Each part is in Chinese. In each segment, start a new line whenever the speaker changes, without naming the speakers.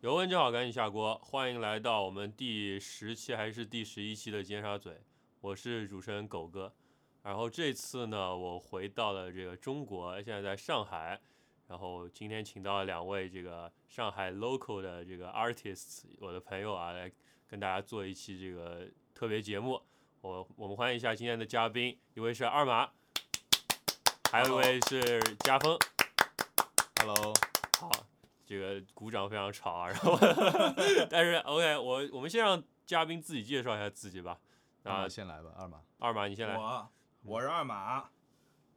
有问正好赶紧下锅，欢迎来到我们第十期还是第十一期的尖沙咀，我是主持人狗哥。然后这次呢，我回到了这个中国，现在在上海。然后今天请到了两位这个上海 local 的这个 artists，我的朋友啊，来跟大家做一期这个特别节目。我我们欢迎一下今天的嘉宾，一位是二马，还有一位是家峰。
Hello，
好，这个鼓掌非常吵啊。然后， 但是 OK，我我们先让嘉宾自己介绍一下自己吧。
二
啊
马，先来吧，二马
二马你先来。
我我是二马，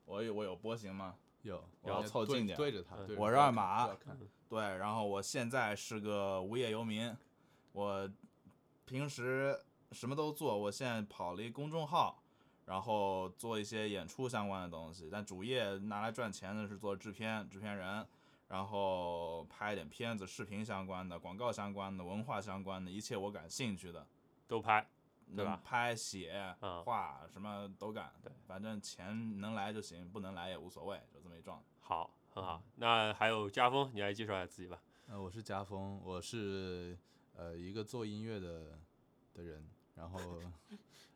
我有我有波形吗？
有，
我要
你
凑
对
近点
对着他
嗯，
对着
我
他
是二啊嗯马
不要看
对，然后我现在是个无业游民，我平时什么都做，我现在跑了一公众号，然后做一些演出相关的东西，但主业拿来赚钱的是做制片、制片人，然后拍一点片子、视频相关的、广告相关的、文化相关的，一切我感兴趣的，
都拍，对吧
能拍、写、
嗯
画什么都干，
对，
反正钱能来就行，不能来也无所谓，就这么一状态。
好，很好。那还有家峰，你来介绍一下自己吧。
呃，我是家峰，我是呃一个做音乐的的人，然后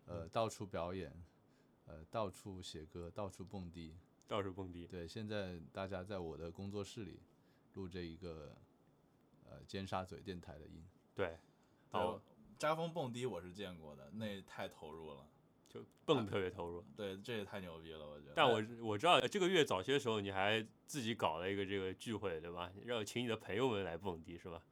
呃到处表演，呃到处写歌，到处蹦迪。
到处蹦迪，
对，现在大家在我的工作室里录这一个呃尖沙咀电台的音，
对，
对
好，
扎风蹦迪我是见过的，那太投入了，
就蹦得特别投入。
对，这也太牛逼了，我觉得。哎
但我我知道这个月早些时候你还自己搞了一个这个聚会，对吧？让请你的朋友们来蹦迪是吧？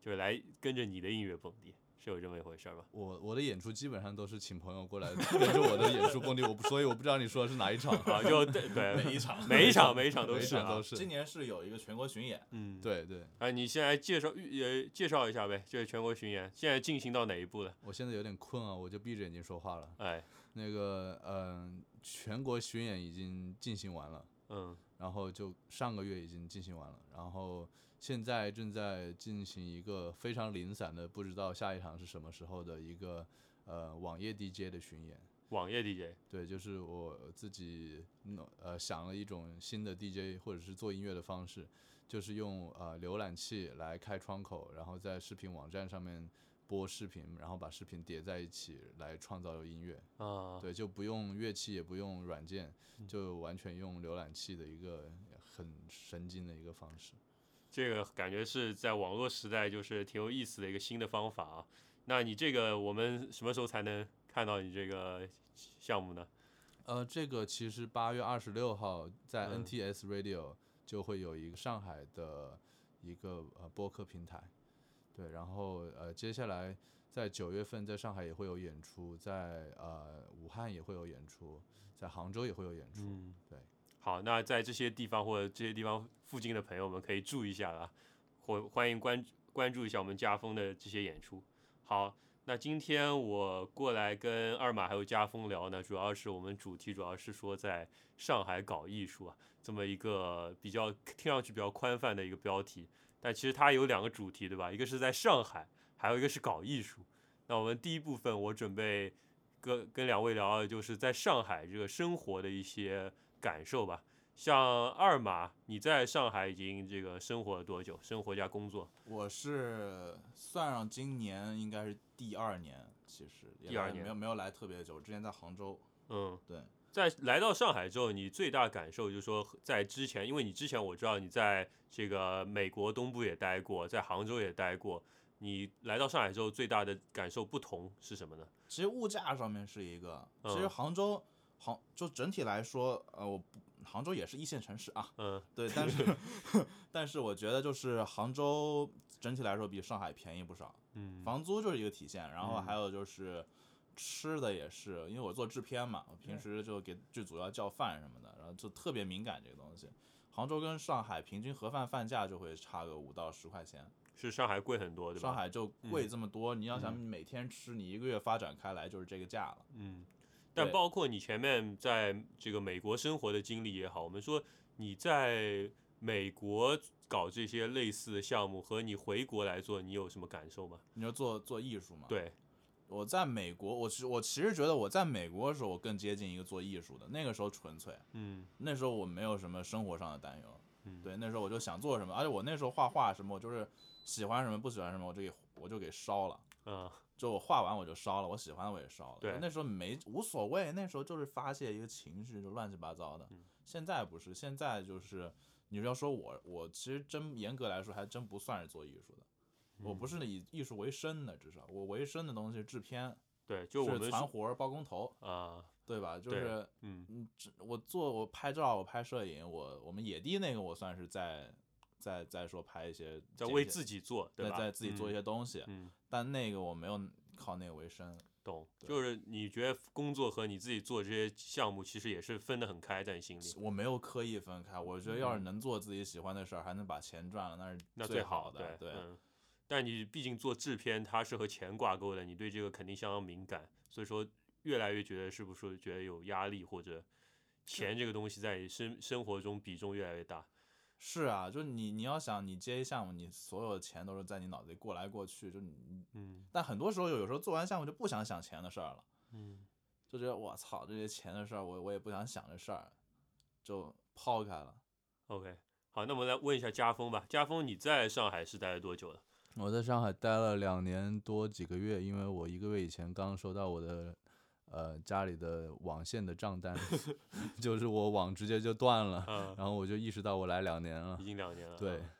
就是来跟着你的音乐蹦迪，是有这么一回事儿吧？
我我的演出基本上都是请朋友过来跟着我的演出蹦迪，我不所以我不知道你说的是哪一场，
啊，就对对，
每一场
每一场每一场都
每一
是
场
啊
都，是
今，年是有一个全国巡演，
嗯，。
对对，
啊，你先来介绍预呃介绍一下呗，这是全国巡演现在进行到哪一步了？
我现在有点困啊，我就闭着眼睛说话了。
哎，
那个，嗯、全国巡演已经进行完了，
嗯，
然后就上个月已经进行完了，然后现在正在进行一个非常零散的，不知道下一场是什么时候的一个呃网页 DJ 的巡演。
网页 DJ
对，就是我自己弄呃想了一种新的 DJ 或者是做音乐的方式，就是用呃浏览器来开窗口，然后在视频网站上面播视频，然后把视频叠在一起来创造音乐。
啊，
对，就不用乐器，也不用软件，就完全用浏览器的一个很神经的一个方式。
这个感觉是在网络时代就是挺有意思的一个新的方法啊。那你这个我们什么时候才能看到你这个项目呢？
呃，这个其实八月二十六号在
嗯
NTS Radio 就会有一个上海的一个呃播客平台，对，然后呃接下来在九月份在上海也会有演出，在呃武汉也会有演出，在杭州也会有演出。
嗯，
对。
好，那在这些地方或者这些地方附近的朋友们可以注意一下啦，或欢迎关关注一下我们家风的这些演出。好，那今天我过来跟二马还有家风聊呢，主要是我们主题主要是说在上海搞艺术啊，这么一个比较听上去比较宽泛的一个标题，但其实它有两个主题，对吧？一个是在上海，还有一个是搞艺术。那我们第一部分我准备跟跟两位聊的就是在上海这个生活的一些感受吧。像二马，你在上海已经这个生活了多久？生活加工作，
我是算上今年应该是第二年，其实也
第二
来
年
没有没有来特别久，之前在杭州，
嗯，
对，
在来到上海之后，你最大感受就是说，在之前，因为你之前我知道你在这个美国东部也待过，在杭州也待过，你来到上海之后最大的感受不同是什么呢？
其实物价上面是一个，其实
嗯
杭州杭就整体来说，呃，我不杭州也是一线城市啊，
嗯，
对，但是但是我觉得就是杭州整体来说比上海便宜不少，
嗯
房租就是一个体现，然后
嗯
还有就是吃的也是，因为我做制片嘛，我平时就给剧组要叫饭什么的，然后就特别敏感这个东西。杭州跟上海平均盒饭饭价就会差个五到十块钱，
是上海贵很多，对吧？嗯
上海就贵这么多，你要想每天吃，你一个月发展开来就是这个价了。
嗯，但
对
包括你前面在这个美国生活的经历也好，我们说你在美国搞这些类似的项目和你回国来做，你有什么感受吗？
你说做做艺术嘛？，
对，
我在美国，我其实我其实觉得我在美国的时候，我更接近一个做艺术的，那个时候纯粹，
嗯
那时候我没有什么生活上的担忧，
嗯
对，那时候我就想做什么，而且我那时候画画什么，我就是喜欢什么不喜欢什么，我就给我就给烧了。
嗯，
就我画完我就烧了，我喜欢的我也烧了。
对
那时候没无所谓，那时候就是发泄一个情绪，就乱七八糟
嗯
的。现在不是，现在就是你要说我，我其实真严格来说还真不算是做艺术的，我
嗯
不是以艺术为生的，至少我为生的东西是制片，
对，就我
是
们
攒
说
活儿包工头，
啊，
对吧？就
对
是
嗯
嗯，这我做我拍照，我拍摄影，我我们野地那个我算是在在在说拍一些
在
剪一
为
些
自己做，对
在
吧？
在自己做一些东西，
嗯，嗯，
但那个我没有靠那个为生。
懂，就是你觉得工作和你自己做这些项目，其实也是分得很开，在你心里。
嗯
我没有刻意分开，我觉得要是能做自己喜欢的事儿，还能把钱赚了，那是
那
最
好
的。对，
嗯。但你毕竟做制片，它是和钱挂钩的，你对这个肯定相当敏感，所以说越来越觉得是不是觉得有压力，或者钱这个东西在你生生活中比重越来越大。
是啊，就是你你要想你接一项目，你所有的钱都是在你脑子里过来过去，就你，
嗯
但很多时候有时候做完项目就不想想钱的事儿了，
嗯，
就觉得我操这些钱的事儿，我我也不想想这事儿，就抛开了。
OK，好，那我们来问一下家峰吧。家峰，你在上海是待了多久了？
我在上海待了两年多几个月，因为我一个月以前刚收到我的呃家里的网线的账单， 就是我网直接就断了，
啊，
然后我就意识到我来两年了
已。经两年了。
对，
啊，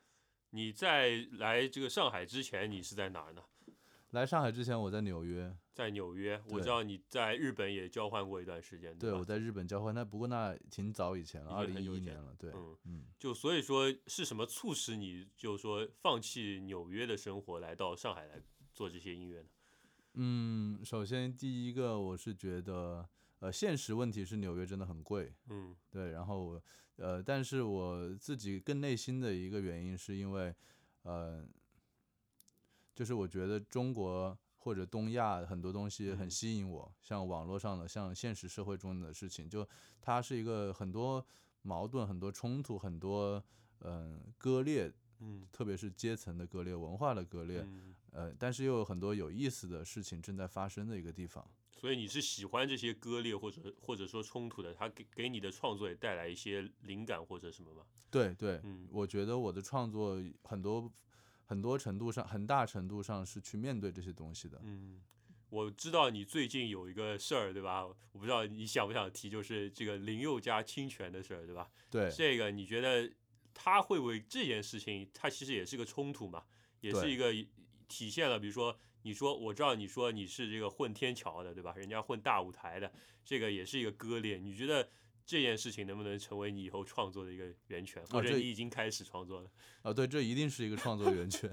你在来这个上海之前，你是在哪儿呢？
来上海之前我在纽约，
在纽约，我
对
知道你在日本也交换过一段时间，
对
吧？
我在日本交换，那不过那挺早以前了，
已
二
经
零
很久
一
以
一
前
年了。对，
嗯
嗯，
就所以说是什么促使你就说放弃纽约的生活，来到上海来做这些音乐呢？
嗯，首先第一个，我是觉得，呃，现实问题是纽约真的很贵，
嗯
对，然后我，呃，但是我自己更内心的一个原因是因为，呃，就是我觉得中国或者东亚很多东西很
嗯
吸引我，像网络上的，像现实社会中的事情，就它是一个很多矛盾、很多冲突、很多嗯、呃割裂，
嗯
特别是阶层的割裂、文化的割裂，
嗯，
呃，但是又有很多有意思的事情正在发生的一个地方。
所以你是喜欢这些割裂或者或者说冲突的，它给给你的创作也带来一些灵感或者什么吗？
对对，
嗯
我觉得我的创作很多很多程度上，很大程度上是去面对这些东西的。
嗯，我知道你最近有一个事儿，对吧？我不知道你想不想提，就是这个林宥嘉侵权的事儿，对吧？
对，
这个你觉得他会不会这件事情，它其实也是个冲突嘛，也是
对
一个体现了，比如说你说我知道你说你是这个混天桥的，对吧？人家混大舞台的，这个也是一个割裂。你觉得这件事情能不能成为你以后创作的一个源泉，或者
哦这
你已经开始创作了？
啊，对，这一定是一个创作源泉。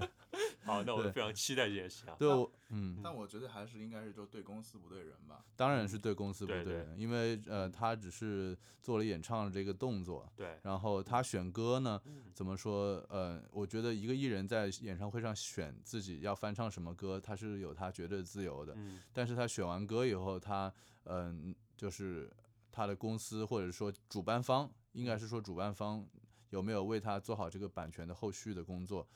好，那我
对
非常期待这件事情啊。
对，我嗯，
但我觉得还是应该是就对公司不对人吧。
当然是对公司不
对
对
对
人，因为呃，他只是做了演唱这个动作。
对，
然后他选歌呢，
嗯
怎么说？呃，我觉得一个艺人在演唱会上选自己要翻唱什么歌，他是有他绝对自由的。
嗯
但是他选完歌以后，他嗯、就是他的公司或者说主办方，
嗯
应该是说主办方有没有为他做好这个版权的后续的工作？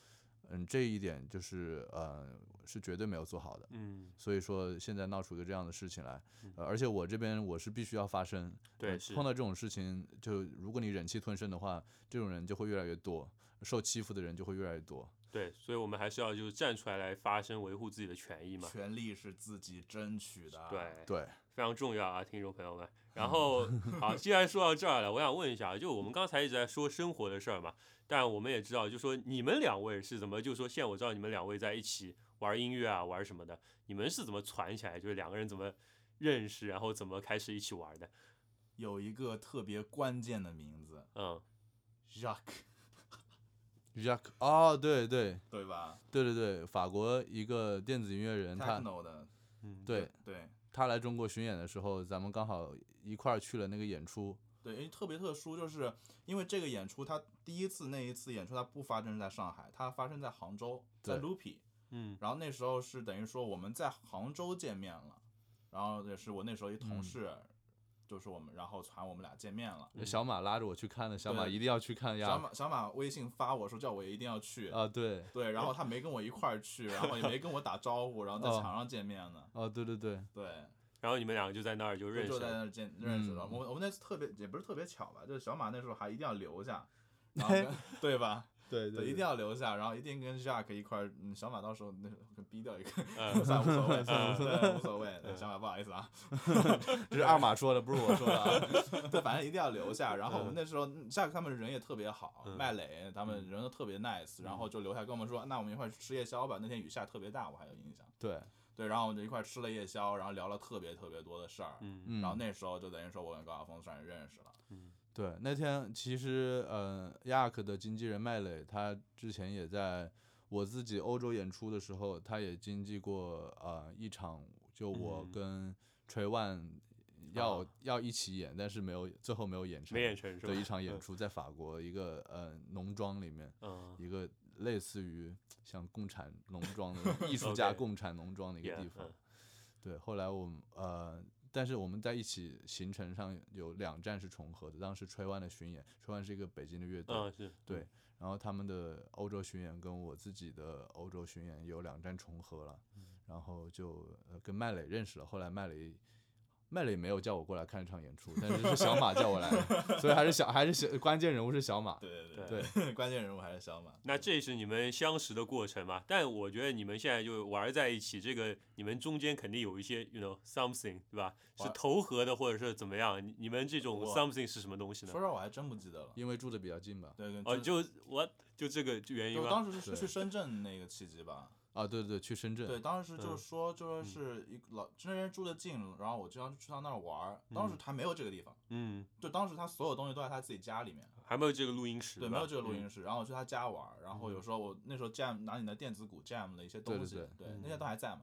嗯，这一点就是呃是绝对没有做好的。
嗯，
所以说现在闹出一个这样的事情来，呃、而且我这边我是必须要发声，
对
呃
哎是
碰到这种事情，就如果你忍气吞声的话，这种人就会越来越多，受欺负的人就会越来越多。
对，所以我们还是要就是站出来来发声，维护自己的权益嘛。
权利是自己争取的。啊
对，
对，
非常重要啊，听众朋友们。然后 好，既然说到这儿了，我想问一下，啊就我们刚才一直在说生活的事儿嘛，但我们也知道，就说你们两位是怎么，就说现在我知道你们两位在一起玩音乐啊，玩什么的，你们是怎么传起来，就是两个人怎么认识，然后怎么开始一起玩的？
有一个特别关键的名字
嗯，
，Jack，
Jack 哦，对对
对吧
对对对，法国一个电子音乐人，他
？Techno 的，
嗯
对
对
他来中国巡演的时候，咱们刚好一块儿去了那个演出。
对，因为特别特殊，就是因为这个演出，它第一次那一次演出，它不发生在上海，它发生在杭州，在
对
Loopy。
嗯
然后那时候是等于说我们在杭州见面了，然后也是我那时候一同事，
嗯
就是我们，然后传我们俩见面了。
嗯
小马拉着我去看的，小马
对
一定要去看呀。
小马小马微信发我说叫我一定要去，
啊，对，
对，然后他没跟我一块儿去，然后也没跟我打招呼，然后在
哦
墙上见面呢。
哦，对对对，
对，
然后你们两个就在那儿就认
就
识
就在
了。
那儿见认识了。
嗯
我们我们那次特别也不是特别巧吧，就是小马那时候还一定要留下，然后跟对吧？
对
对，一定要留下，然后一定跟 Jack 一块儿，嗯，小马到时候那个逼掉一个，
嗯
算 无所谓，
嗯
对，无所谓，对小马不好意思啊，
这是二马说的，不是我说的啊。
对，反正一定要留下。然后我
嗯
们那时候 Jack 他们人也特别好，
嗯
麦磊他们人都特别 nice，然后就留下跟我们说，那我们一块儿吃夜宵吧。那天雨下特别大，我还有印象。
对，
对，然后我们就一块儿吃了夜宵，然后聊了特别特别多的事儿。
嗯
嗯，
然后那时候就等于说我跟高晓峰算是认识了。
对，那天其实，呃，亚克的经纪人麦磊，他之前也在我自己欧洲演出的时候，他也经纪过呃一场，就我
嗯
跟锤万要、
啊
要一起演，但是没有最后没有演成，
没演成是吧？
的一场演出，在法国一个呃农庄里面，
嗯，
一个类似于像共产农 庄的那种艺术家
OK
共产农庄的一个
Yeah，
地方
嗯。
对，后来我们呃，但是我们在一起行程上有两站是重合的，当时吹湾的巡演，吹湾是一个北京的乐队，
嗯是
对，然后他们的欧洲巡演跟我自己的欧洲巡演有两站重合了，
嗯
然后就呃跟麦磊认识了，后来麦磊。麦磊没有叫我过来看这场演出，但是是小马叫我来的，所以还是小还是小关键人物是小马。
对对
对
对，关键人物还是小马。
那这是你们相识的过程嘛？但我觉得你们现在就玩在一起，这个你们中间肯定有一些，you know something，对吧？
玩
是投合的，或者是怎么样？你你们这种
我
something 是什么东西呢
说？实话，我还真不记得了。
因为住的比较近吧？
对，
哦，
真
就 what 就这个原因
就
吗？
当时是去
对
深圳那个契机吧。
啊，对对对，去深圳。
对，当时就
嗯
是说，就说是一个老那人住的近，然后我经常去他那儿玩
嗯
儿。当时他没有这个地方，
嗯，
就当时他所有东西都在他自己家里面，
还没有这个录音室，
对，
吧
没有这个录
嗯
音室。然后我去他家玩儿，然后有时候我那时候 jam 拿你的电子鼓 jam 了一些东西，
对嗯
那些都还在嘛。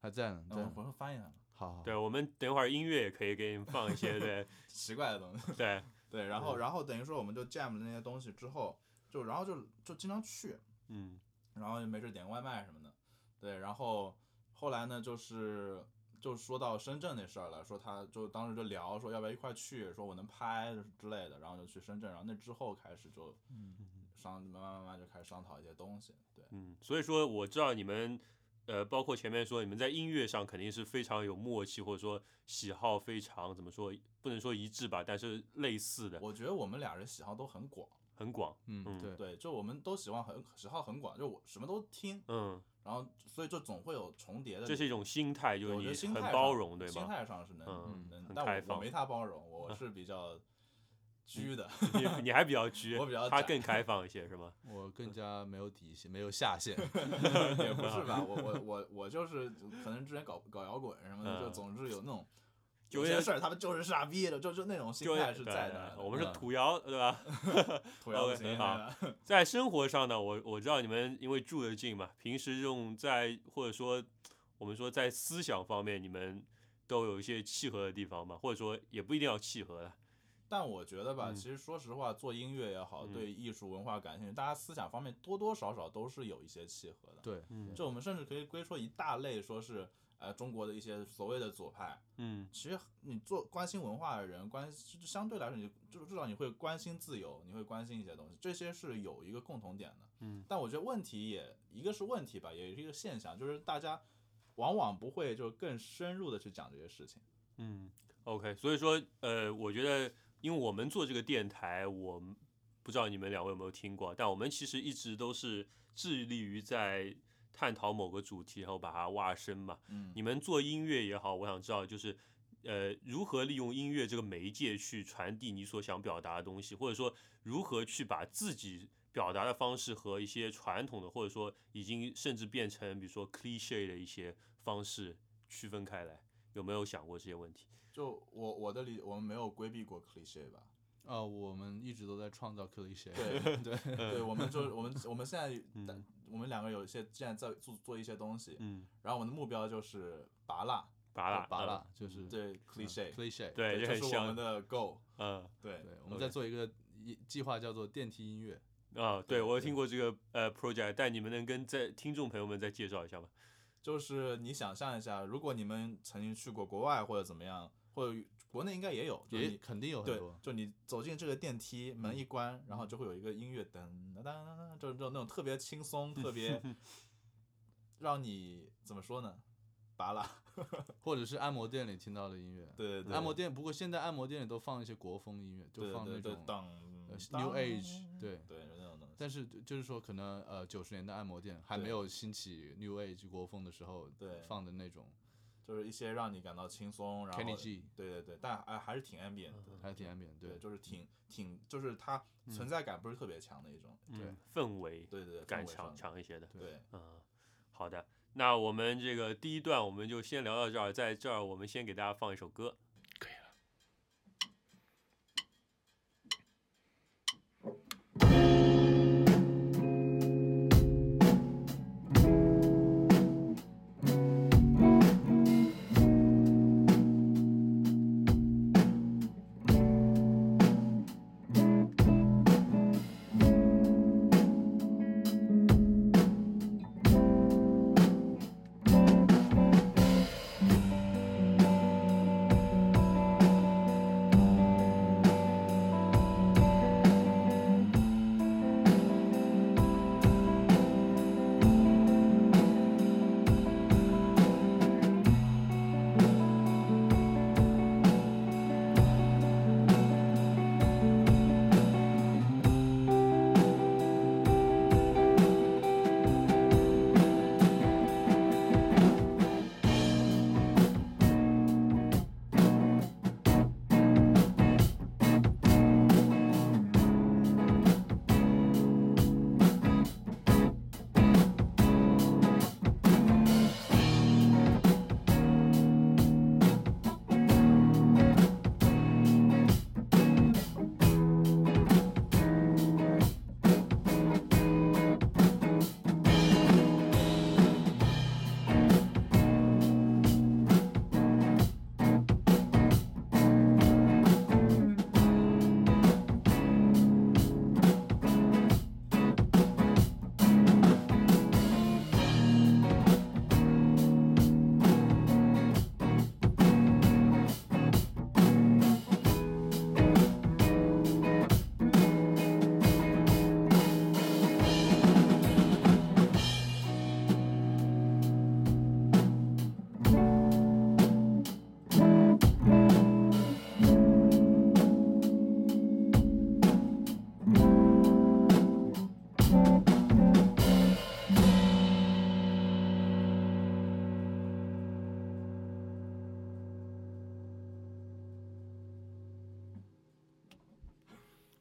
还在呢，
那
在
嗯我
呢
回头翻一翻吧，
好好，
嗯对，我们等会儿音乐也可以给你们放一些，对
奇怪的东西。
对，
对，然后然后等于说我们就 jam 了那些东西之后，就然后就就经常去，
嗯
然后就没事点外卖什么的，对，然后后来呢，就是就说到深圳那事儿了，说他就当时就聊说要不要一块去，说我能拍之类的，然后就去深圳，然后那之后开始就
嗯
商慢慢慢慢就开始商讨一些东西，对，
嗯，所以说我知道你们。呃，包括前面说你们在音乐上肯定是非常有默契，或者说喜好非常怎么说，不能说一致吧，但是类似的
我觉得我们俩人喜好都很广，
很广。嗯
嗯，对，
对，就我们都喜欢很喜好很广，就我什么都听，
嗯，
然后所以就总会有重叠的，
这是一种心态，就
对
是
我觉
你
得心
很
态上
包容，对
心
吗？
态上是能，
嗯
能
很
但
开
我
放
我没他包容，我 是比较拘的。
你你还比较拘，
我比较
他
窄
更开放一些，是吗？
我更加没有底线，没有下限。
也不是吧，我 我我我就是可能之前搞搞摇滚什么的，就
嗯
总是有那种
就
有
是
些事儿他们就是傻逼的，就就那种 心
就
态是在
对
的。
我们是
嗯
土窑，对吧？
土窑不
OK，
行
很好，在生活上呢，我我知道你们因为住得近嘛，平时这种在或者说我们说在思想方面，你们都有一些契合的地方嘛，或者说也不一定要契合了。
但我觉得吧，
嗯
其实说实话，做音乐也好，
嗯
对艺术文化感兴趣，大家思想方面多多少少都是有一些契合的。
对，
嗯
就我们甚至可以归说一大类，说是呃中国的一些所谓的左派，
嗯
其实你做关心文化的人，关就就相对来说，你就就至少你会关心自由，你会关心一些东西，这些是有一个共同点的。
嗯，
但我觉得问题也一个是问题吧，也是一个现象，就是大家往往不会就更深入的去讲这些事情。
嗯，OK，所以说呃，我觉得因为我们做这个电台，我们不知道你们两位有没有听过，但我们其实一直都是致力于在探讨某个主题，然后把它挖深嘛。
嗯
你们做音乐也好，我想知道就是，呃，如何利用音乐这个媒介去传递你所想表达的东西，或者说如何去把自己表达的方式和一些传统的，或者说已经甚至变成比如说 cliche 的一些方式区分开来，有没有想过这些问题？
就我我的理，我们没有规避过 cliche 吧？
啊，我们一直都在创造 cliche。
对
对，
对，我们就是我们我们现在、
嗯
我们两个有一些现在在做做一些东西，
嗯，
然后我们的目标就是拔蜡，
拔蜡，
哦拔
嗯
蜡就是
对 cliche，、
cliche。
对，
这
很
是我们
像，
的 goal，
嗯。
对
对，我们在做一个一计划叫做电梯音乐。
啊，对，
对
我有
对
听过这个呃 project，但你们能跟在听众朋友们再介绍一下吗？
就是你想象一下，如果你们曾经去过国外或者怎么样，或者国内应该也有，就
也
你
肯定有很
对
多，，
就你走进这个电梯，门一关，然后就会有一个音乐噔噔噔噔噔，就是这种那种特别轻松，特别让你怎么说呢？拔拉，
或者是按摩店里听到的音乐。
对对对，
按摩店，不过现在按摩店里都放一些国风音乐，
对
就放
对
那
对
种
噔
呃 New Age，对
对，有那种东西。
但是就就是说，可能呃，九十年代按摩店还没
对
有兴起 New Age 国风的时候，
对
放的那种
就是一些让你感到轻松，然后
Kenny G
对对对，但哎还是挺 ambient 的，
还挺安眠，嗯对，
就是挺挺就是它存在感不是特别强的一种，
嗯，氛围
对对对，
感
氛围
强
上
强一些的。
对，
嗯，好的，那我们这个第一段我们就先聊到这儿，在这儿我们先给大家放一首歌。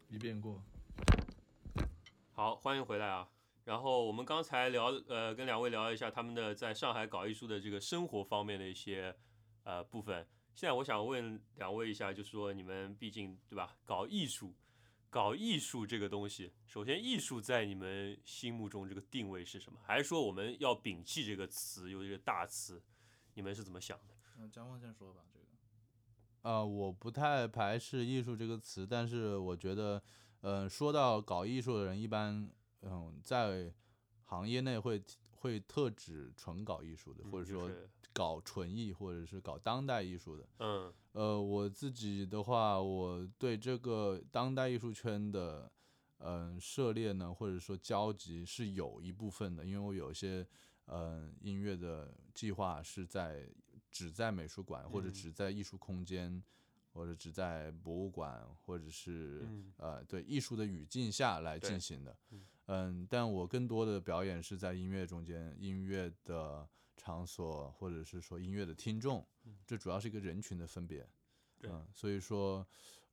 一遍过。
好，欢迎回来啊。然后我们刚才聊，呃，跟两位聊了一下他们的在上海搞艺术的这个生活方面的一些呃部分。现在我想问两位一下，就是说你们毕竟对吧，搞艺术，搞艺术这个东西，首先艺术在你们心目中这个定位是什么？还是说我们要摒弃这个词，有一个大词，你们是怎么想的？
嗯，江峰先说吧，这个
呃，我不太排斥“艺术”这个词，但是我觉得，嗯、说到搞艺术的人，一般嗯，在行业内会会特指纯搞艺术的，或
嗯
者
就
说
是
搞纯艺，或者是搞当代艺术的。
嗯
呃，我自己的话，我对这个当代艺术圈的，嗯、涉猎呢，或者说交集是有一部分的，因为我有一些，嗯、音乐的计划是在只在美术馆，或者
嗯
只在艺术空间，或者只在博物馆，或者是、
嗯
呃，对艺术的语境下来
对
进行的
嗯。
嗯，但我更多的表演是在音乐中间，音乐的场所，或者是说音乐的听众，这主要是一个人群的分别。
嗯对
嗯，所以说，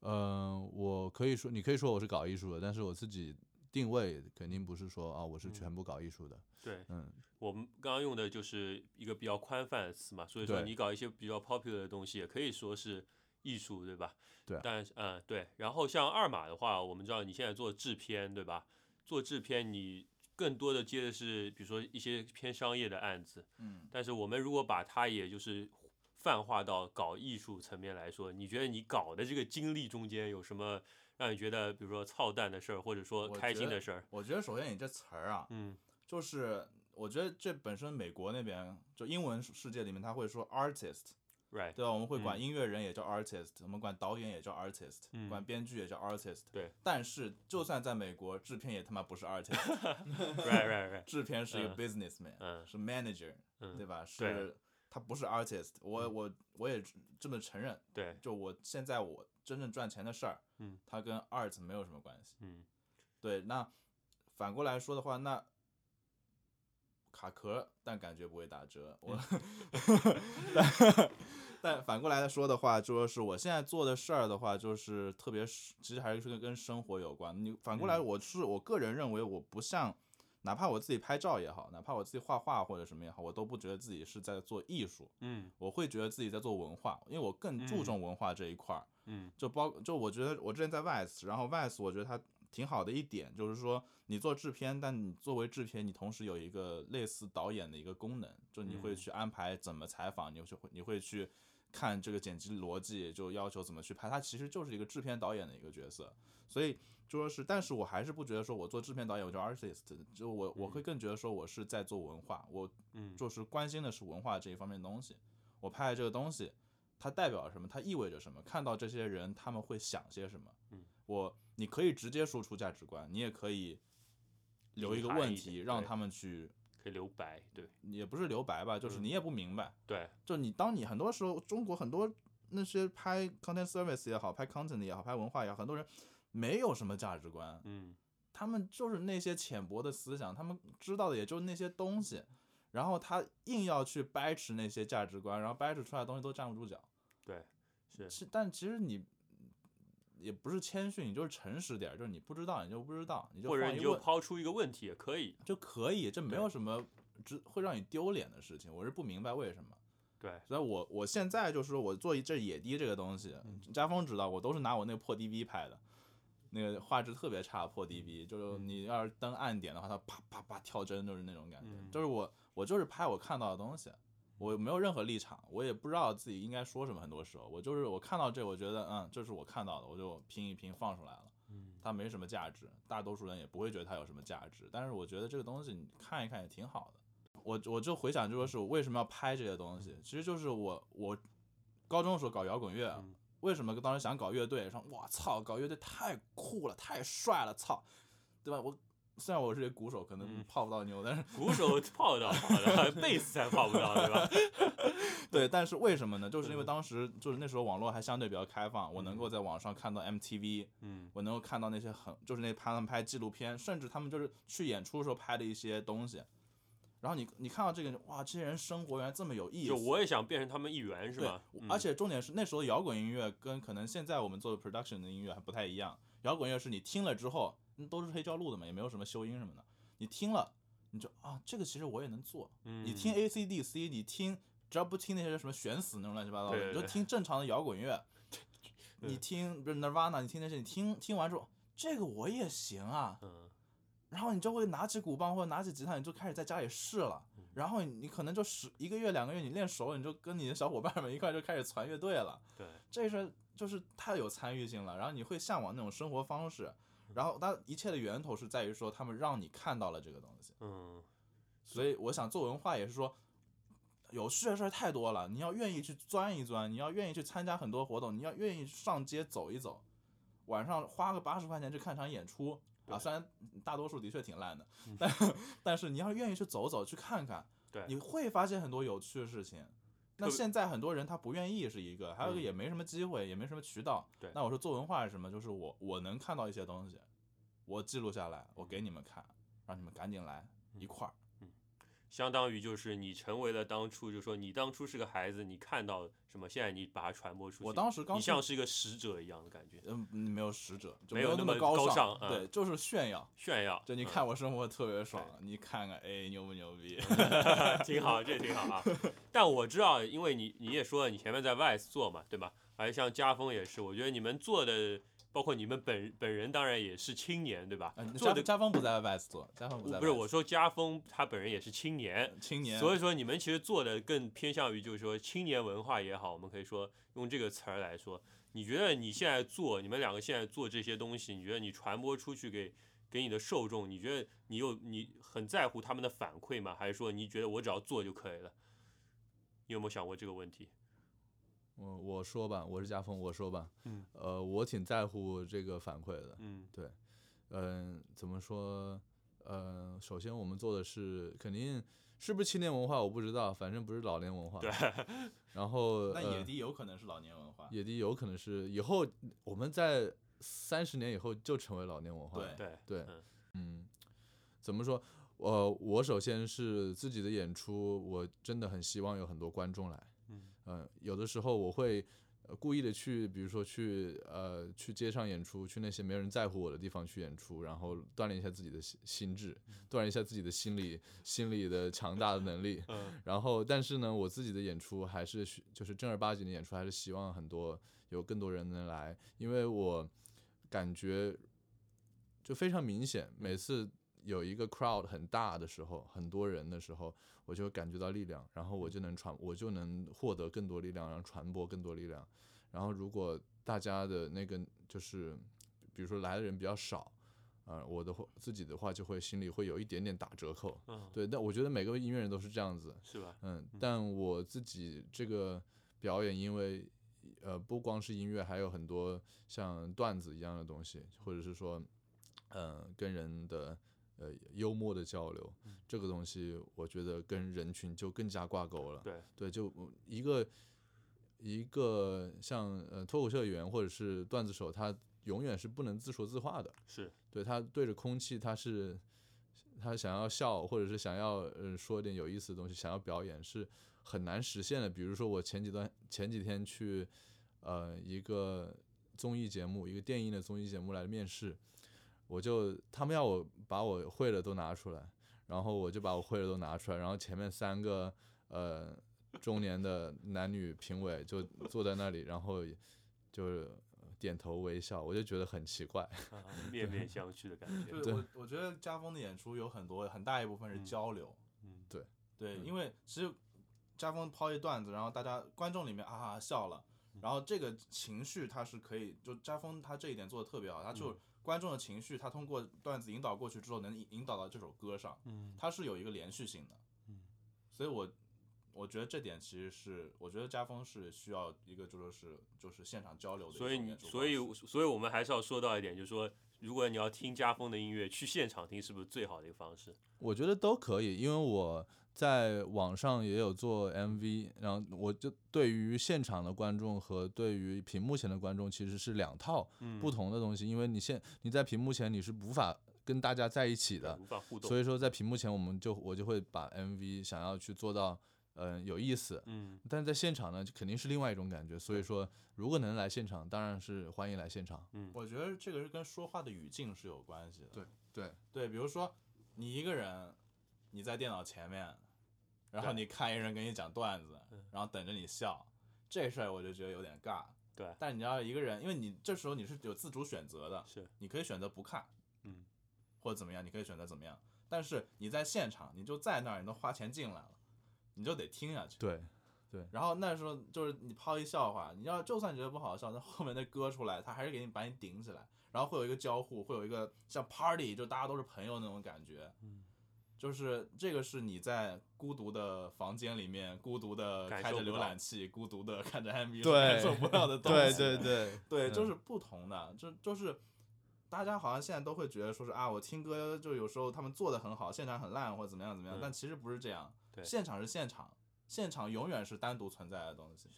嗯，我可以说，你可以说我是搞艺术的，但是我自己定位肯定不是说啊，我
嗯
是全部搞艺术的。
对，
嗯，
我们刚刚用的就是一个比较宽泛的词嘛，所以说
对
你搞一些比较 popular 的东西，也可以说是艺术，对吧？
对啊
但是嗯，对。然后像二马的话，我们知道你现在做制片，对吧？做制片你更多的接的是，比如说一些偏商业的案子。
嗯，
但是我们如果把它也就是泛化到搞艺术层面来说，你觉得你搞的这个经历中间有什么让你觉得，比如说操蛋的事儿，或者说
我
开
觉
心
得
的事儿？
我觉得首先你这词儿啊，
嗯
就是我觉得这本身美国那边就英文世界里面他会说 artist，
，right，
对吧？我们会管
嗯
音乐人也叫 artist，、我们管导演也叫 artist，、
嗯
管编剧也叫 artist。
对。
但是就算在美国，制片也他妈不是 artist，
right right right，
制片是一个
嗯
businessman，、
嗯
是 manager，、
嗯
对吧？是他不是 artist，我我我也这么承认。
对，
就我现在我真正赚钱的事儿，
嗯，
它跟 art 没有什么关系。
嗯
对，那反过来说的话，那卡壳，但感觉不会打折。我，
嗯
但但反过来说的话，就是我现在做的事儿的话，就是特别是其实还是跟跟生活有关。你反过来，
嗯
我是我个人认为，我不像。哪怕我自己拍照也好，哪怕我自己画画或者什么也好，我都不觉得自己是在做艺术，
嗯
我会觉得自己在做文化，因为我更注
嗯
重文化这一块儿。
嗯
就包就我觉得我之前在 Vice，然后 Vice 我觉得它挺好的一点就是说，你做制片，但你作为制片，你同时有一个类似导演的一个功能，就你会
嗯
去安排怎么采访，你会去你会去看这个剪辑逻辑，就要求怎么去拍，它其实就是一个制片导演的一个角色，所以。就说是，但是我还是不觉得说我做制片导演，我叫 artist，就我我会更觉得说我是在做文化，我
嗯，
就是关心的是文化这一方面的东西。我拍的这个东西，它代表了什么？它意味着什么？看到这些人他们会想些什么？
嗯，
我你可以直接输出价值观，你也可以留一个
隐含
问
一
题
点
让
对
他们去，
可以留白，对
也不是留白吧，就是
嗯
你也不明白。
对，
就你当你很多时候，中国很多那些拍 content service 也好，拍 content 也好，拍文化也好，很多人没有什么价值观，
嗯
他们就是那些浅薄的思想，他们知道的也就是那些东西，然后他硬要去掰扯那些价值观，然后掰扯出来的东西都站不住脚。
对是，
是，但其实你也不是谦虚，你就是诚实点儿，就是你不知道你就不知道，你就
或者
放
你
一
就
问
抛出一个问题也可以，
就可以，这没
对
有什么只会让你丢脸的事情。我是不明白为什么。
对，
所以我我现在就是说我做一这野滴这个东西，家峰知道，我都是拿我那个破 DV 拍的，那个画质特别差的破 DV，就是你要是灯暗点的话，它啪啪啪跳帧，就是那种感觉。
嗯
就是我我就是拍我看到的东西，我没有任何立场，我也不知道自己应该说什么。很多时候，我就是我看到这，我觉得嗯，这是我看到的，我就拼一拼放出来了。
嗯
它没什么价值，大多数人也不会觉得它有什么价值。但是我觉得这个东西你看一看也挺好的。我我就回想，就说是我为什么要拍这些东西，其实就是我我高中的时候搞摇滚乐
嗯，
为什么当时想搞乐队？说我操，搞乐队太酷了，太帅了，操，对吧？我虽然我是一个鼓手，可能
嗯
泡不到 妞，但是
鼓手泡得到泡得 到，贝斯才泡不到，对 吧？
对，但是为什么呢？就是因
嗯
为当时就是那时候网络还相对比较开放，我能够在网上看到 MTV，
嗯
我能够看到那些很就是那他们拍纪录片，甚至他们就是去演出的时候拍的一些东西。然后你你看到这个，哇，这些人生活原来这么有意思。
就我也想变成他们一员是
对
吗？
我
嗯
而且重点是那时候摇滚音乐跟可能现在我们做的 production 的音乐还不太一样。摇滚乐是你听了之后，嗯都是黑胶录的嘛，也没有什么修音什么的。你听了，你就啊，这个其实我也能做。你
嗯
听 AC/DC，你听只要不听那些什么悬死那种乱七八糟的，
对
你
对
就
对
听正常的摇 滚乐。你听不是 Nirvana，你听那些，你听听完之后，这个我也行啊。
嗯
然后你就会拿起鼓棒或者拿起吉他，你就开始在家里试了。
嗯
然后你你可能就十一个月两个月，你练熟了，你就跟你的小伙伴们一块就开始传乐队了。
对，
这是就是太有参与性了，然后你会向往那种生活方式。然后，它一切的源头是在于说，他们让你看到了这个东西。
嗯
所以，我想做文化也是说，有趣的事儿太多了，你要愿意去钻一钻，你要愿意去参加很多活动，你要愿意上街走一走，晚上花个八十块钱去看场演出啊，
对嗯
虽然大多数的确挺烂的， 但但是你要愿意去走走去看看，
对
你会发现很多有趣的事情。那
特别
现在很多人他不愿意是一个，还有一个
嗯
也没什么机会，也没什么渠道。
对
那我说做文化是什么？就是我我能看到一些东西，我记录下来，我给你们看，让你们赶紧来一块儿。
相当于就是你成为了当初，就说你当初是个孩子，你看到什么，现在你把它传播出去。
我当时刚
你
去
像是一个使者一样的感觉，
嗯，没有使者，就
没
有
有那
么
么
高
高尚，
尚
嗯
对，就是炫耀。
炫耀。
就你
嗯
看我生活特别爽，你
呃
看看，哎，牛不牛逼？
挺好，这挺好啊。但我知道，因为你你也说了，你前面在 Vice 做嘛，对吧？而像家风也是，我觉得你们做的，包括你们本本人，当然也是青年，对吧？
嗯
做
家
的
家方不在 Vice 做，家方不在 Vice，
不是我说家风他本人也是青年，
青年，
所以说你们其实做的更偏向于就是说青年文化也好，我们可以说用这个词儿来说，你觉得你现在做，你们两个现在做这些东西，你觉得你传播出去给给你的受众，你觉得你有你很在乎他们的反馈吗？还是说你觉得我只要做就可以了？你有没有想过这个问题？
我我说吧，我是家峰，我说吧，
嗯，
呃，我挺在乎这个反馈的，
嗯
嗯、怎么说？呃，首先我们做的是肯定是不是青年文化我不知道，反正不是老年文化。
对，
然后
那
呃
野地有可能是老年文化，
野地有可能是以后我们在三十年以后就成为老年文化
对
了。
对
对
嗯
嗯，怎么说？呃，我首先是自己的演出，我真的很希望有很多观众来。
嗯
呃，有的时候我会呃故意的去，比如说去呃去街上演出，去那些没人在乎我的地方去演出，然后锻炼一下自己的心心智，
嗯
锻炼一下自己的心理心理的强大的能力。
嗯
然后，但是呢，我自己的演出还是需就是正儿八经的演出，还是希望很多有更多人能来，因为我感觉就非常明显，每次有一个 crowd 很大的时候，很多人的时候，我就感觉到力量，然后我就能传，我就能获得更多力量，然后传播更多力量。然后，如果大家的那个就是，比如说来的人比较少，呃，我的话自己的话就会心里会有一点点打折扣。
嗯，
对，但我觉得每个音乐人都是这样子，
是吧？
嗯，但我自己这个表演，因为呃，不光是音乐，还有很多像段子一样的东西，或者是说，呃，跟人的呃幽默的交流，这个东西我觉得跟人群就更加挂钩了。
对，
对，就一个一个像呃脱口秀演员或者是段子手，他永远是不能自说自话的。
是
对他对着空气，他是他想要笑，或者是想要呃说点有意思的东西，想要表演是很难实现的。比如说我前几段前几天去呃一个综艺节目，一个电音的综艺节目来面试，我就他们要我把我会的都拿出来，然后我就把我会的都拿出来，然后前面三个呃中年的男女评委就坐在那里，然后就是点头微笑，我就觉得很奇怪。
啊，面面 相觑的感觉。
对，我我觉得家峰的演出有很多很大一部分是
嗯
交流，
嗯，
对，
嗯
因为其实家峰抛一段子，然后大家观众里面啊哈哈笑了，
嗯
然后这个情绪他是可以，就家峰他这一点做的特别好，他就
嗯
观众的情绪，他通过段子引导过去之后，能引引导到这首歌上，
嗯，
它是有一个连续性的，
嗯，
所以我我觉得这点其实是，我觉得家峰是需要一个就说是就是现场交流的一
所以
种
你，
演出方式，
所以，所以我们还是要说到一点，就是说，如果你要听家风的音乐，去现场听是不是最好的一个方式？
我觉得都可以，因为我在网上也有做 MV，然后我就对于现场的观众和对于屏幕前的观众其实是两套
嗯
不同的东西，因为你现你在屏幕前你是无法跟大家在一起的，
无法互动。
所
以，
以说在屏幕前我们就我就会把 MV 想要去做到嗯、呃有意思，
嗯，
但是在现场呢就肯定是另外一种感觉，所以说如果能来现场，当然是欢迎来现场。
我觉得这个是跟说话的语境是有关系的，
对，
对，比如说你一个人，你在电脑前面，然后
对
你看一人给你讲段子
嗯，
然后等着你笑，这事儿我就觉得有点尬。
对
但你要一个人，因为你这时候你是有自主选择的，
是，
你可以选择不看，
嗯，
或者怎么样，你可以选择怎么样。但是你在现场，你就在那儿，你都花钱进来了，你就得听下去。
对，
然后那时候就是你抛一笑话，你要就算觉得不好笑，那后面那歌出来，他还是给你把你顶起来，然后会有一个交互，会有一个像 party，就大家都是朋友那种感觉。
嗯，
就是这个是你在孤独的房间里面，孤独的
感
开着
受不
浏
到
览器，孤独的看着 MV，
对
感受不到的东西。
对对
对，就
嗯
是不同的，就就是大家好像现在都会觉得说是啊，我听歌就有时候他们做的很好，现场很烂或者怎么样怎么
嗯
样，但其实不是这样，
对
现场是现场，现场永远是单独存在的东西。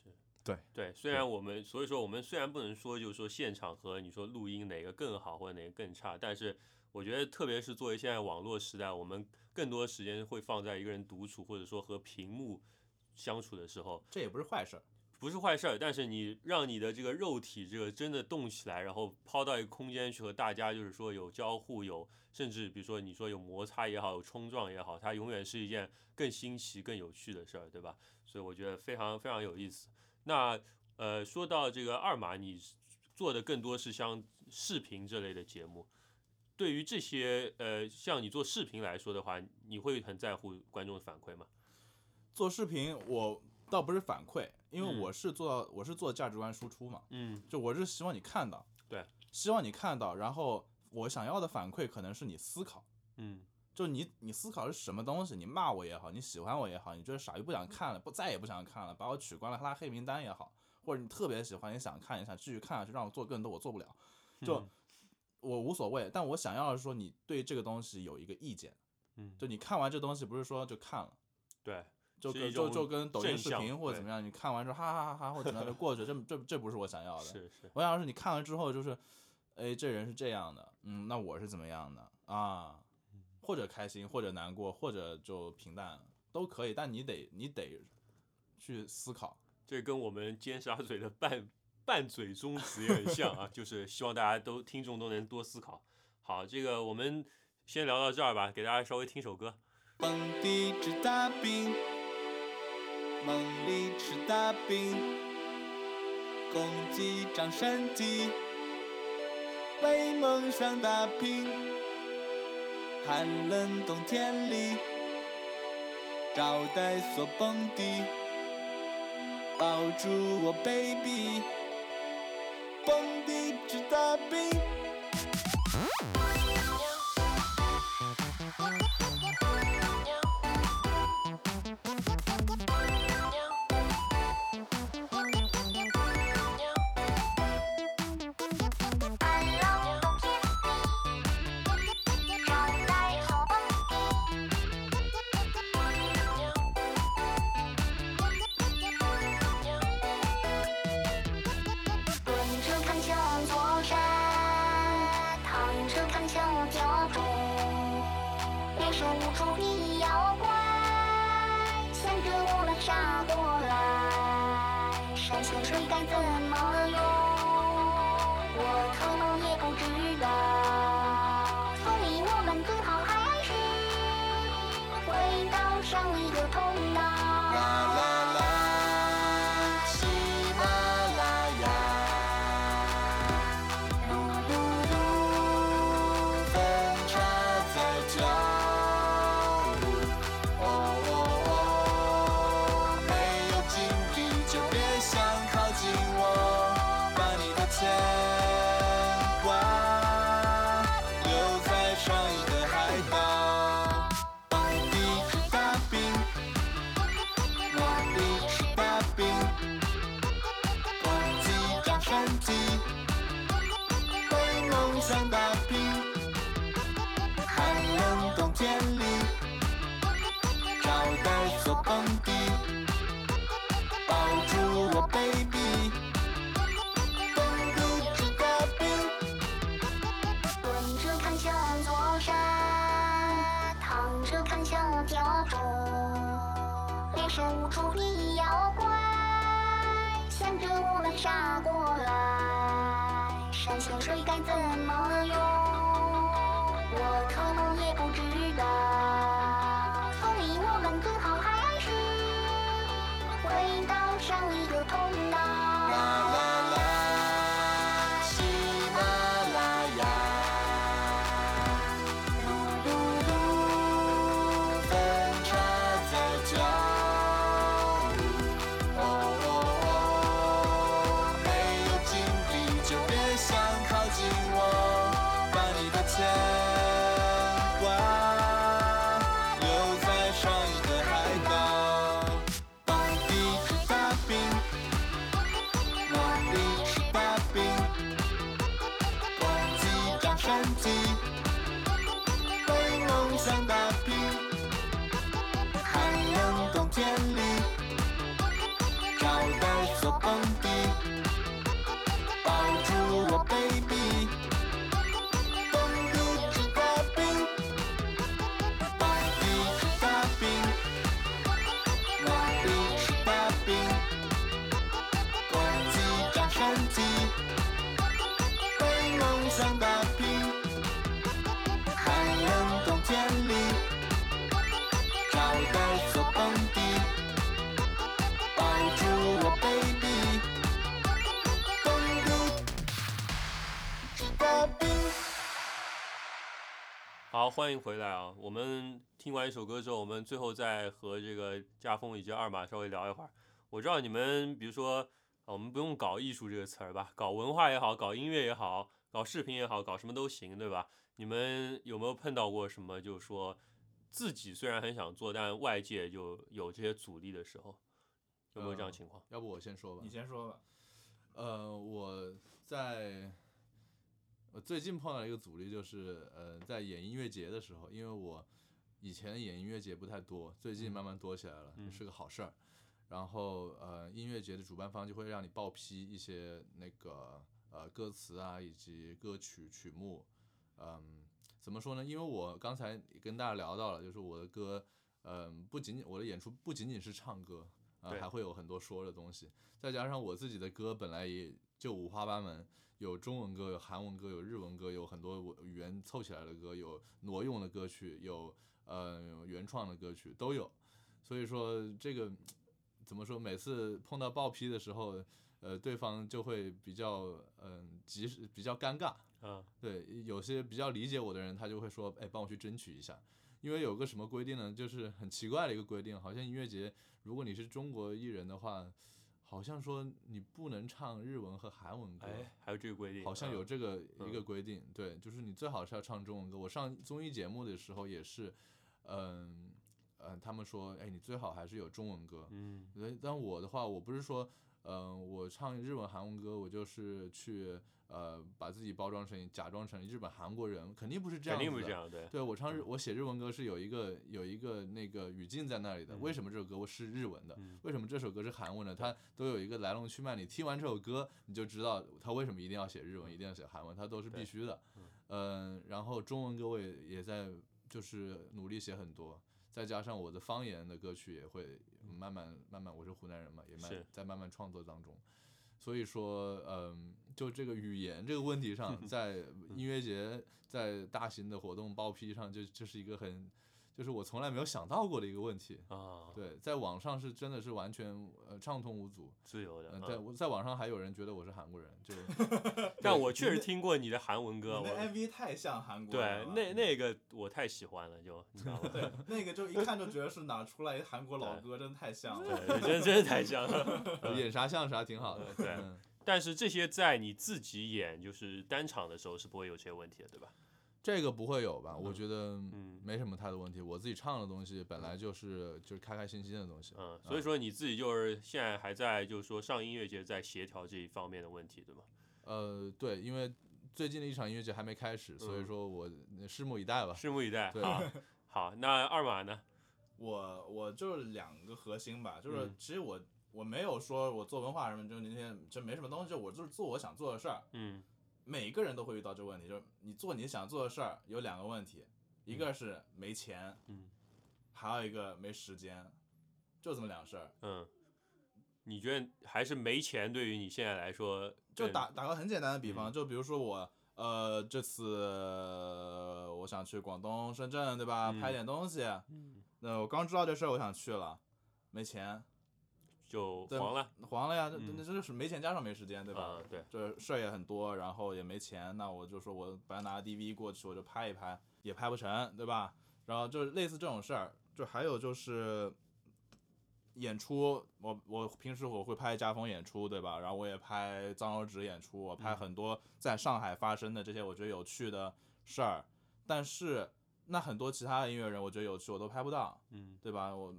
对。虽然我们，所以说我们虽然不能说，就是说现场和你说录音哪个更好或者哪个更差，但是我觉得，特别是作为现在网络时代，我们更多时间会放在一个人独处，或者说和屏幕相处的时候，
这也不是坏事儿。
不是坏事儿，但是你让你的这个肉体这个真的动起来，然后抛到一个空间去和大家就是说有交互，有甚至比如说你说有摩擦也好，有冲撞也好，它永远是一件更新奇、更有趣的事儿，对吧？所以我觉得非常非常有意思。那呃，说到这个二马，你做的更多是像视频这类的节目。对于这些呃，像你做视频来说的话，你会很在乎观众的反馈吗？
做视频我倒不是反馈，因为
嗯
我是做到、我是做价值观输出嘛，
嗯，
就我是希望你看到，
对，
希望你看到，然后我想要的反馈可能是你思考。
嗯，
就你，你思考是什么东西？你骂我也好，你喜欢我也好，你觉得傻逼不想看了，不再也不想看了，把我取关了，拉黑名单也好，或者你特别喜欢，你想看，你想继续看下去，让我做更多，我做不了，就
嗯
我无所谓。但我想要的是说，你对这个东西有一个意见，
嗯
就你看完这东西，不是说就看了。
对，
就是跟
一
就
种
就跟抖音
正
视
向
频或者怎么样，你看完之后哈哈哈哈或者怎么样就过去，这这这不是我想要的。
是是，
我想要是你看完之后就是，哎，这人是这样的，嗯，那我是怎么样的啊？或者开心，或者难过，或者就平淡都可以，但你得你得去思考。
这跟我们尖沙咀的拌拌嘴宗旨也很像啊， 就是希望大家都听众都能多思考。好，这个我们先聊到这儿吧，给大家稍微听首歌。
蹦迪吃大饼，梦里吃大饼，公鸡长身体，为梦想打拼。寒冷冬天里，招待所蹦迪，抱住我 baby，蹦迪吃大饼。
滚着看向左山，躺着看向脚中，脸上无处你妖怪，向着我们杀过来，山泉水该怎么用？我可能也不知道，所以我们最好还是回到上一个通
啦
道。
啦啦，喜马拉雅，噜噜噜，分叉在脚路，哦哦哦，没有金币就别想靠近我，把你的牵挂留在上一个海岛，蹦迪吃大饼。我里吃大饼，忘记长身体，为梦想打拼。寒冷冬天里，招待所蹦迪，抱住我 baby，蹦迪吃大饼。
蹲着看向左山，躺着看向脚中，脸上无处你妖怪，向着我们杀过来，山泉水该怎么用？我可能也不知道，所以我们最好还是回到上一个通道。
啦啦啦，喜马拉雅，噜噜噜，分叉在脚路，哦哦哦，没有金币就别想靠近我，把你的牵挂留在上一个海岛，蹦迪吃大饼。我里吃大饼，忘记长身体，为梦想打拼。寒冷冬天里，招待所蹦迪，抱住我 baby，蹦迪吃大饼，蹦迪吃大饼，我里吃大饼。忘记长身体，为梦想打拼。寒冷冬天里，招待所蹦迪，抱住我 baby，蹦迪，吃大饼。
好，欢迎回来啊！我们听完一首歌之后，我们最后再和这个家风以及二马稍微聊一会儿。我知道你们，比如说，啊我们不用搞艺术这个词儿吧，搞文化也好，搞音乐也好，搞视频也好，搞什么都行，对吧？你们有没有碰到过什么，就是说自己虽然很想做，但外界就有这些阻力的时候，有没有这样
呃
情况？
要不我先说吧
你。先说吧。
呃，我在我最近碰到一个阻力，就是呃，在演音乐节的时候，因为我以前演音乐节不太多，最近慢慢多起来了，
嗯
是个好事儿。然后呃，音乐节的主办方就会让你报批一些那个呃歌词啊，以及歌曲曲目，嗯、怎么说呢？因为我刚才也跟大家聊到了，就是我的歌，嗯、不仅仅我的演出不仅仅是唱歌，啊、
对
还会有很多说的东西。再加上我自己的歌本来也就五花八门，有中文歌，有韩文歌，有日文歌，有很多我语言凑起来的歌，有挪用的歌曲，有呃原创的歌曲都有。所以说这个怎么说？每次碰到报批的时候，呃，对方就会比较嗯、及时比较尴尬。
嗯，
对，有些比较理解我的人，他就会说，哎，帮我去争取一下。因为有个什么规定呢？就是很奇怪的一个规定，好像音乐节，如果你是中国艺人的话，好像说你不能唱日文和韩文歌，
哎，还有这个规定，
好像有
嗯
这个一个
嗯
规定。对，就是你最好是要唱中文歌。我上综艺节目的时候也是，嗯、嗯、他们说，哎，你最好还是有中文歌。
嗯
对，但我的话，我不是说，嗯、我唱日文、韩文歌，我就是去呃，把自己包装成假装成日本、韩国人，肯定不是这
肯
样
定不
子的。
是这样，对，
对我唱日，
嗯
我写日文歌是有一个有一个那个语境在那里
嗯
的。为什么这首歌是日文的？
嗯
为什么这首歌是韩文的？它都有一个来龙去脉。你听完这首歌，你就知道它为什么一定要写日文，
嗯
一定要写韩文，它都是必
对
须的。嗯、然后中文歌我也也在就是努力写很多，再加上我的方言的歌曲也会
嗯
慢慢慢慢，我是湖南人嘛，也慢
是
在慢慢创作当中。所以说，嗯，就这个语言这个问题 上，在
嗯
音乐节、在大型的活动报批上，就这、是一个很，就是我从来没有想到过的一个问题。
啊，
对，在网上是真的是完全呃畅通无阻。
自由的
嗯、。
嗯
在在网上还有人觉得我是韩国人，就
但我确实听过你的韩文歌，
你的
啊我
MV 太像韩国
对
人了，
那那个我太喜欢了，就你知道吗？对，
那个就一看就觉得是哪出来一韩国老哥，真的太像了。
对真真的太像了。
演啥像啥，挺好的。
对
嗯
但是这些在你自己演就是单场的时候是不会有这些问题的，对吧？
这个不会有吧？我
嗯
觉得
嗯
没什么太多问题。我自己唱的东西本
嗯
来就是就是开开心心的东西。
嗯，所以说你自己就是现在还在就是说上音乐节在协调这一方面的问题，对吗？
呃，对，因为最近的一场音乐节还没开始，所以
嗯
说我拭目以待吧。
拭目以待。
对
好， 好，那二马呢？
我我就是两个核心吧，就是
嗯
其实我我没有说我做文化什么，就那些这没什么东西，我就是做我想做的事儿。
嗯
每个人都会遇到这个问题，就是你做你想做的事儿有两个问题，
嗯
一个是没钱，
嗯
还有一个没时间，就这么两事儿。
嗯，你觉得还是没钱对于你现在来说嗯
就
更
打打个很简单的
嗯
比方，就比如说我呃这次呃我想去广东深圳，对吧？
嗯
拍点东西。那我刚知道这事儿，我想去了，没钱，
就
对
黄了？
黄了呀，那
嗯
那这就是没钱加上没时间，对吧
啊？对
这事儿也很多，然后也没钱，那我就说我本来拿个 DV 过去，我就拍一拍，也拍不成，对吧？然后就是类似这种事儿，就还有就是演出，我我平时我会拍家风演出，对吧？然后我也拍藏手指演出，我拍很多在上海发生的这些我觉得有趣的事儿，但是那很多其他的音乐人我觉得有趣我都拍不到，
嗯
对吧？我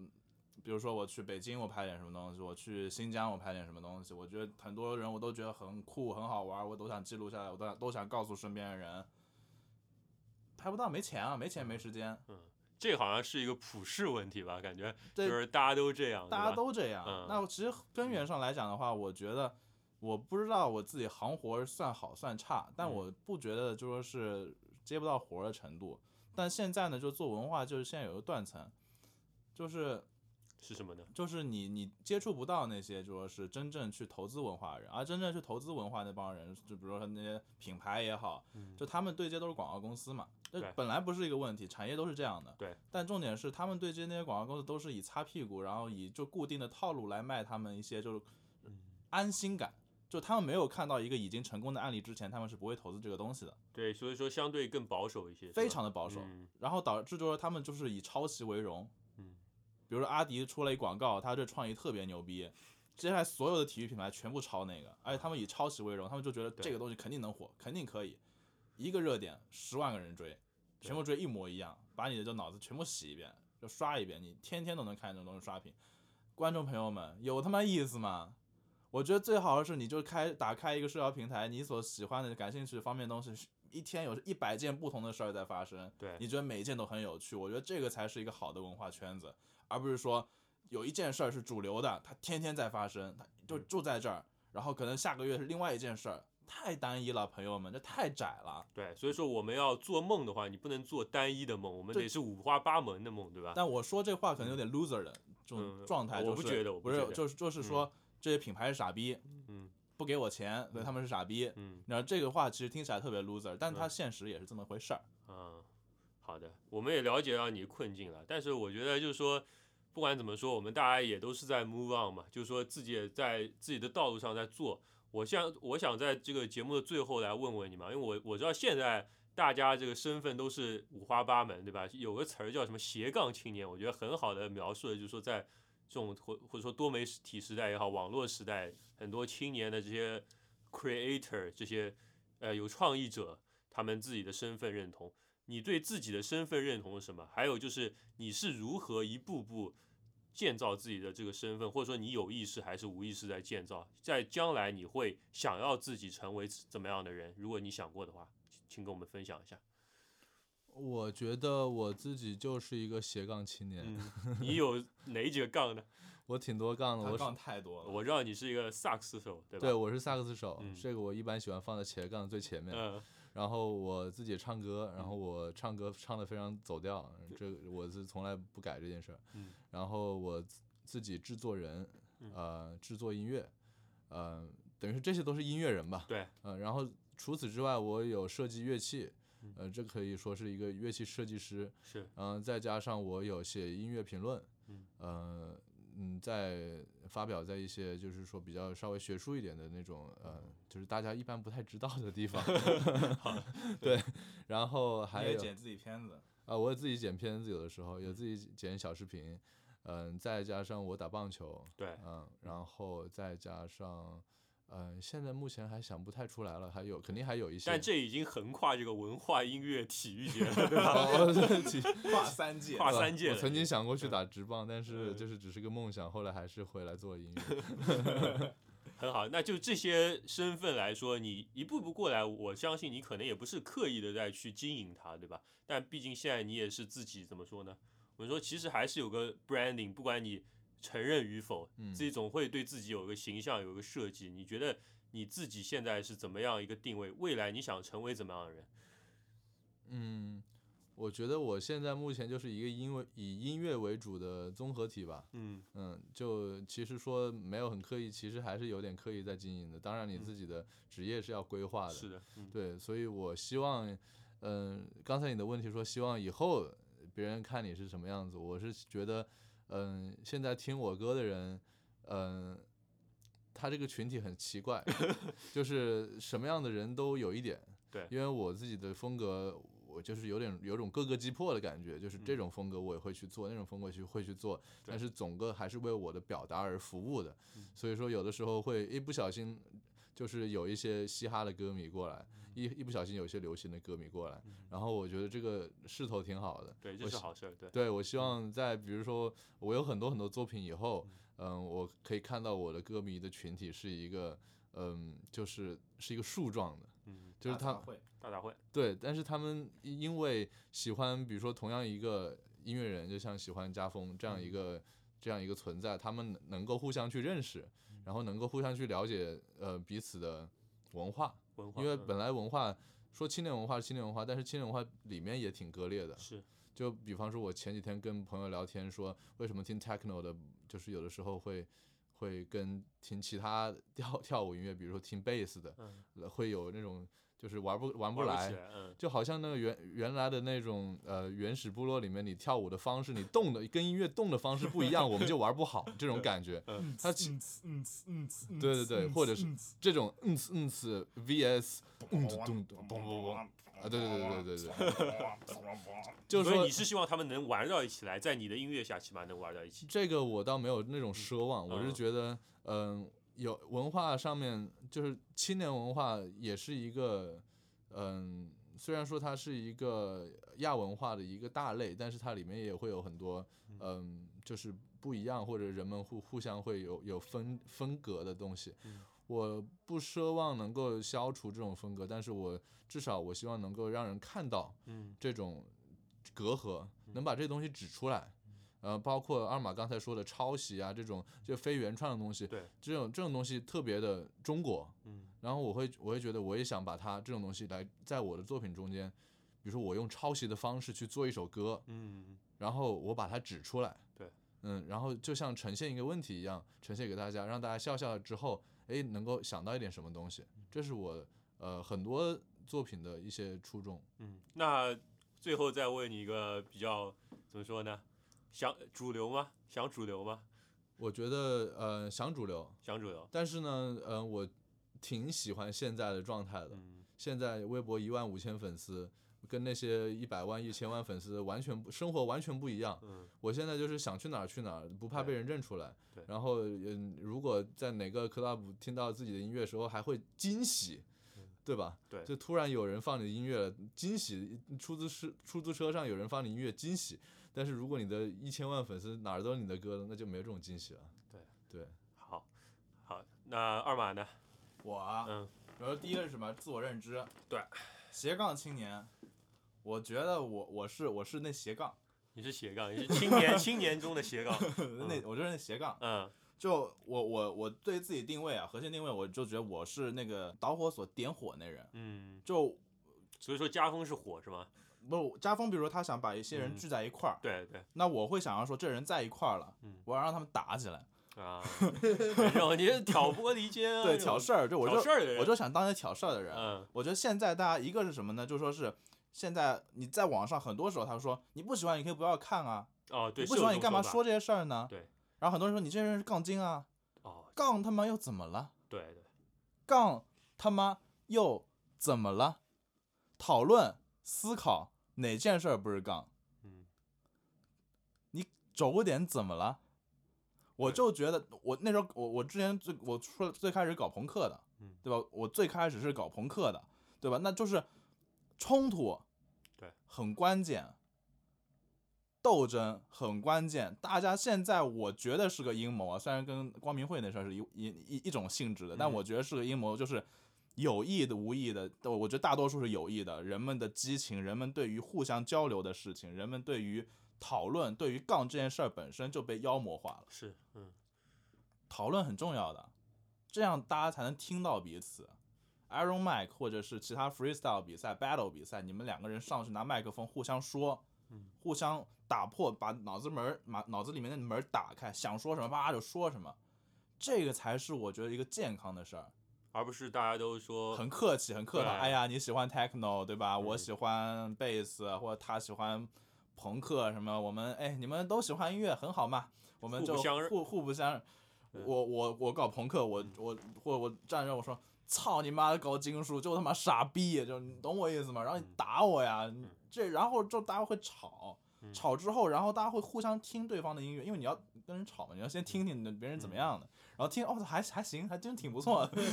比如说我去北京，我拍点什么东西；我去新疆，我拍点什么东西。我觉得很多人我都觉得很酷、很好玩，我都想记录下来，我都想都想告诉身边的人。拍不到，没钱啊，没钱没时间，
嗯，这好像是一个普世问题吧？感觉就
对
是大家都这样，
大家
对吧
都这样。
嗯
那我其实根源上来讲的话，我觉得我不知道我自己行活算好算差，
嗯
但我不觉得就说是接不到活儿的程度。但现在呢，就做文化，就是现在有一个断层，就是
是什么呢？
就是你你接触不到那些就说是真正去投资文化的人，而真正去投资文化那帮人，就比如说那些品牌也好，就他们对接都是广告公司嘛，这
嗯对
本来不是一个问题，产业都是这样的。
对。
但重点是他们对接那些广告公司都是以擦屁股，然后以就固定的套路来卖他们一些就是
嗯
安心感，就他们没有看到一个已经成功的案例之前，他们是不会投资这个东西的，
对，所以说相对更保守一些，是
非
吧
常的保守。
嗯
然后导致就是他们就是以抄袭为荣。
嗯，
比如说阿迪出了一广告，他这创意特别牛逼，接下来所有的体育品牌全部抄那个，而且他们以抄袭为荣，他们就觉得这个东西肯定能火，肯定可以，一个热点十万个人追，全部追一模一样，把你的就脑子全部洗一遍，就刷一遍，你天天都能看见这种东西刷屏。观众朋友们，有他妈意思吗？我觉得最好的是，你就开打开一个社交平台，你所喜欢的、感兴趣的方面的东西，一天有一百件不同的事儿在发生。
对
你觉得每一件都很有趣，我觉得这个才是一个好的文化圈子，而不是说有一件事儿
嗯
是主流的，它天天在发生，它就就在这儿，然后可能下个月是另外一件事儿，太单一了，朋友们，这太窄了。
对，所以说我们要做梦的话，你不能做单一的梦，我们
这
得是五花八门的梦，对吧？
但我说这话可能有点 loser 的这种
嗯
状态，
我
就是
不觉得我
不
不
是
觉，得
就是就是说这些品牌是傻逼，
嗯
不给我钱，所以他们是傻逼。
嗯
然后这个话其实听起来特别 loser，但它
嗯
现实也是这么回事儿。
啊，好的，我们也了解到你的困境了，但是我觉得就是说，不管怎么说，我们大家也都是在 move on 嘛，就是说自己也在自己的道路上在做。我想，我想在这个节目的最后来问问你嘛，因为我我知道现在大家这个身份都是五花八门，对吧？有个词儿叫什么斜杠青年，我觉得很好的描述了，就是说在这种或或者说多媒体时代也好，网络时代，很多青年的这些 creator 这些呃有创意者，他们自己的身份认同。你对自己的身份认同是什么？还有就是你是如何一步步建造自己的这个身份，或者说你有意识还是无意识在建造？在将来你会想要自己成为怎么样的人？如果你想过的话，请跟我们分享一下。
我觉得我自己就是一个斜杠青年，
嗯，你 有哪几个杠呢？
我挺多杠的，
他
我是
杠太多了，
嗯我知道你是一个萨克斯手，对吧？
对我是萨克斯手，
嗯
这个我一般喜欢放在斜杠最前面。
嗯，
然后我自己也唱歌，然后我唱歌唱的非常走调，这个我是从来不改这件事儿。
嗯
然后我自自己制作人，呃，制作音乐，呃，等于是这些都是音乐人吧。
对，
呃，然后除此之外，我有设计乐器，呃，这可以说是一个乐器设计师。
嗯是，
然后再加上我有写音乐评论，
嗯
呃嗯，在发表在一些就是说比较稍微学术一点的那种呃，
哦
就是大家一般不太知道的 地方， 对，然后
你
还
也
有
剪自己片子，
啊，我自己剪片子，有的时候
嗯
有自己剪小视频，嗯、再加上我打棒球，
对，
嗯，然后再加上。嗯、现在目前还想不太出来了，还有肯定还有一些，
但这已经横跨这个文化、音乐、体育界了， 对吧？
跨三界，
跨
呃
三界
我
了
曾
已
经
经
想过去打直棒，但是
嗯
就是只是个梦想，后来还是回来做音乐。
很好，那就这些身份来说，你一步步过来，我相信你可能也不是刻意的在去经营它，对吧？但毕竟现在你也是自己怎么说呢？我们说其实还是有个 branding，不管你承认与否，
嗯
自己总会对自己有一个形象，有一个设计。你觉得你自己现在是怎么样一个定位？未来你想成为怎么样的人？
嗯，我觉得我现在目前就是一个音为以音乐为主的综合体吧。
嗯
嗯，就其实说没有很刻意，其实还是有点刻意在经营的。当然，你
嗯
自己的职业是要规划的。
是的，嗯，
对，所以我希望，嗯、刚才你的问题说希望以后别人看你是什么样子，我是觉得，嗯、现在听我歌的人，嗯、他这个群体很奇 怪，就是什么样的人都有一点。
对
因为我自己的风格，我就是有点有种各个击破的感觉，就是这种风格我也会去做，那种风格去会去做，
嗯对
但
嗯
是总个还是为我的表达而服务的。所以说，有的时候会一不小心就是有一些嘻哈的歌迷过来，一一不小心有一些流行的歌迷过来，然后我觉得这个势头挺好的。
对，
我
这是
希
好事儿，对，
对，我希望在比如说我有很多很多作品以后，嗯，我可以看到我的歌迷的群体是一个，嗯，就是是一个树状的，
嗯，
就是
大
他
杂烩
大大会，
对，但是他们因因为喜欢，比如说同样一个音乐人，就像喜欢家风这样一个、这样一个存在，他们能够互相去认识，然后能够互相去了解呃彼此的文化，
文化，
因为
嗯
本来文化说青年文化是青年文化，但是青年文化里面也挺割裂的。
是，
就比方说，我前几天跟朋友聊天说，为什么听 techno 的，就是有的时候会会跟听其他跳跳舞音乐，比如说听 bass 的，
嗯，
呃会有那种就是玩不玩不
玩不
来
起，来，嗯，
就好像那个原原来的那种呃原始部落里面，你跳舞的方式，你动的跟音乐动的方式不一样，我们就玩不好这种感觉。它其
嗯呲嗯呲嗯呲嗯呲
对对对，
嗯
或者
呲
是
嗯呲
这种嗯呲嗯呲 vs 嗯咚咚咚咚咚咚啊，对对对对对对对， 就是
所以
说
你是希望他们能玩到一起来，在你的音乐下起码能玩到一起。
这个我倒没有那种奢望，我是
嗯
觉得嗯、有文化上面就是青年文化也是一个嗯、虽然说它是一个亚文化的一个大类，但是它里面也会有很多嗯、就是不一样或者人们互互相会有有分分隔的东西。
嗯
我不奢望能够消除这种分隔，但是我至少我希望能够让人看到，
嗯，
这种隔阂，能把这东西指出来。呃，包括二马刚才说的抄袭啊，这种就非原创的东西，
对，
这种这种东西特别的中国，
嗯，
然后我会我会觉得我也想把它这种东西来在我的作品中间，比如说我用抄袭的方式去做一首歌，
嗯，
然后我把它指出来，
对，
嗯，然后就像呈现一个问题一样呈现给大家，让大家笑笑了之后，哎，能够想到一点什么东西，
嗯
这是我呃很多作品的一些初衷。
嗯，那最后再问你一个比较怎么说呢？想主流吗？想主流吗？
我觉得呃想主流，
想主流。
但是呢，嗯、我挺喜欢现在的状态的。
嗯
现在微博一万五千粉丝，跟那些一百万、一千万粉丝完全不生活完全不一样。
嗯
我现在就是想去哪儿去哪儿，不怕被
对
人认出来
对。
然后，嗯，如果在哪个 club 听到自己的音乐的时候，还会惊喜，对吧？
嗯对
就突然有人放你的音乐了，惊喜！出租车出租车上有人放你音乐，惊喜！但是如果你的一千万粉丝哪儿都是你的歌了，那就没有这种惊喜了。
对
对，
好，好，那二马呢？
我啊，
嗯
比如说第一个是什么？自我认知，
对，
斜杠青年。我觉得我我是我是那斜杠，
你是斜杠，你是青 年青年中的斜杠。
那我就是那斜杠。
嗯
就我我我对自己定位啊，核心定位，我就觉得我是那个导火索点火那人。
嗯，
就
所以说家风是火是吗？
不家风，比如说他想把一些人
嗯
聚在一块儿，
对对
那我会想要说这人在一块儿了，
嗯
我要让他们打起来，
啊，然后你是挑拨离间啊，
对，
这种
挑事儿。就我
挑
就
事儿的人
我就想当那挑事儿的人。
嗯
我觉得现在大家一个是什么呢？就说是现在你在网上很多时候，他说你不喜欢你可以不要看啊，
哦对，
你不
是
喜
有
欢
这种
你干嘛
法
说这些事儿呢？
对。
然后很多人说你这人是杠精啊，
哦，
杠他妈又怎么了？
对对，
杠他妈又怎么了？讨论思考哪件事儿不是杠？
嗯
轴点怎么了？我就觉得我那时候我我之前最我说最开始搞朋克的
嗯，
对吧？我最开始是搞朋克的，对吧？那就是冲突，
对，
很关键，斗争很关键。大家现在我觉得是个阴谋啊，虽然跟光明会那事儿是一一一一种性质的，但
嗯
我觉得是个阴谋，就是。有意的、无意的，我我觉得大多数是有意的。人们的激情，人们对于互相交流的事情，人们对于讨论，对于杠这件事儿本身就被妖魔化了。
是嗯
讨论很重要的，这样大家才能听到彼此。Iron Mike 或者是其他 freestyle 比赛、battle 比赛，你们两个人上去拿麦克风互相说，
嗯
互相打破，把脑子门儿、把脑子里面的门儿打开，想说什么啪就说什么，这个才是我觉得一个健康的事儿。
而不是大家都说
很客气，很客套。
对
哎呀，你喜欢 techno 对吧？我
嗯
喜欢贝斯，或者他喜欢朋克什么。我们哎，你们都喜欢音乐，很好嘛。我们
互
就
不相认
互互不相认。
嗯
我我我搞朋克，我我或我站着我说操你妈的搞金属就他妈傻逼，就你懂我意思吗？然后你
嗯
打我呀，你这然后就大家会吵
嗯。
吵之后，然后大家会互相听对方的音乐，因为你要跟人吵嘛，你要先
嗯
听听别人怎么样的，然后听哦还还行，还真挺不错的，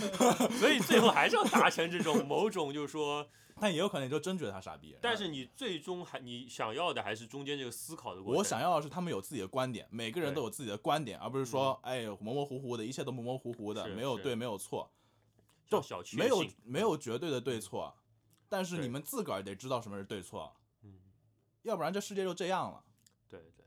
所以最后还是要达成这种某种，就是说，
但也有可能你就真觉得他傻逼。然
但
后
是你最终还你想要的还是中间这个思考的过程。
我想要的是他们有自己的观点，每个人
对嗯
都有自己的观点，而不是说哎模模糊糊的，一切都模模糊糊的，
是
没有
是
对，没有错，
要
就
小确
没有
幸
没有绝对的对错，但是
嗯对
你们自个儿得知道什么是对错，
嗯，
要不然这世界就这样了。
对对，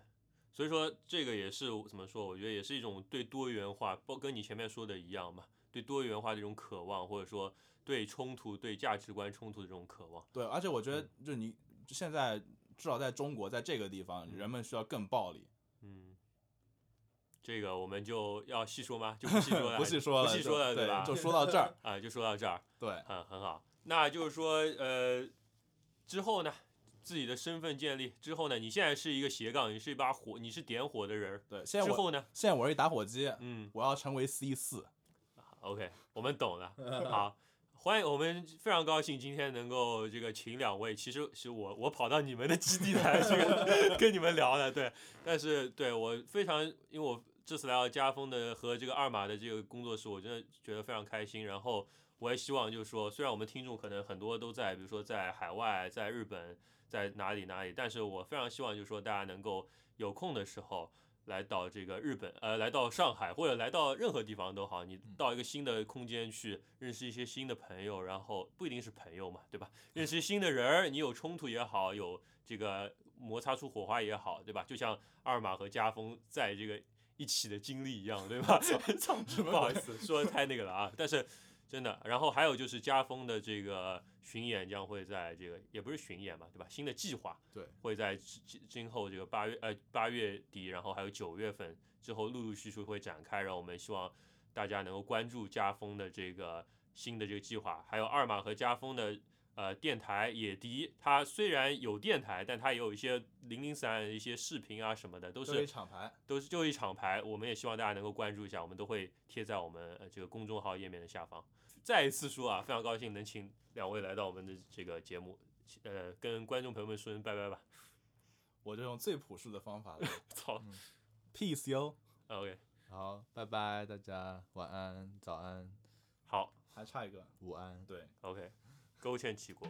所以说这个也是怎么说？我觉得也是一种对多元化，包跟你前面说的一样嘛，对多元化的一种渴望，或者说对冲突、对价值观冲突的这种渴望。
对，而且我觉得
嗯
就你现在至少在中国，在这个地方，人们需要更暴力。
嗯，这个我们就要细说吗？就不细说 了，
不细说了，
不细说了，
就对
吧？
就说到这 儿。
啊，就说到这儿。
对，
嗯，很好。那就是说，呃，之后呢，自己的身份建立之后呢，你现在是一个斜杠，你是一把火，你是点火的人儿。
对，现在
之
我
后呢，
现在我是一打火机，
嗯
我要成为 C 四。
，OK，我们懂了。 好，欢迎我们非常高兴今天能够这个请两位，其实是我我跑到你们的基地来去跟你们聊的，对。 但是对我非常，因为我这次来到家风的和这个二马的这个工作室，我真的觉得非常开心。然后我也希望就是说，虽然我们听众可能很多都在，比如说在海外，在日本，在哪里哪里，但是我非常希望就是说大家能够有空的时候。来到这个日本，呃，来到上海或者来到任何地方都好，你到一个新的空间去认识一些新的朋友，然后不一定是朋友嘛，对吧？认识新的人儿，你有冲突也好，有这个摩擦出火花也好，对吧？就像二马和家风在这个一起的经历一样，对吧？操，不好意思，说的太那个了啊。但是真的。然后还有就是家风的这个巡演将会在这个也不是巡演嘛，对吧？新的计划
对，
会在今今今后这个八月呃八月底，然后还有九月份之后陆陆续续会展开，然后我们希望大家能够关注家风的这个新的这个计划，还有二马和家风的呃电台野迪，它虽然有电台，但它也有一些零零散一些视频啊什么的，都
就是
是
一厂牌，
都是就一厂牌，我们也希望大家能够关注一下，我们都会贴在我们呃这个公众号页面的下方。再一次说啊，非常高兴能请两位来到我们的这个节目，呃，跟观众朋友们说声拜拜吧。
我就用最朴素的方法 了
操、
，peace 哟，
o k
好，拜拜大家，晚安、早安、
好
还差一个，
午安。
对，
，OK，勾芡齐国。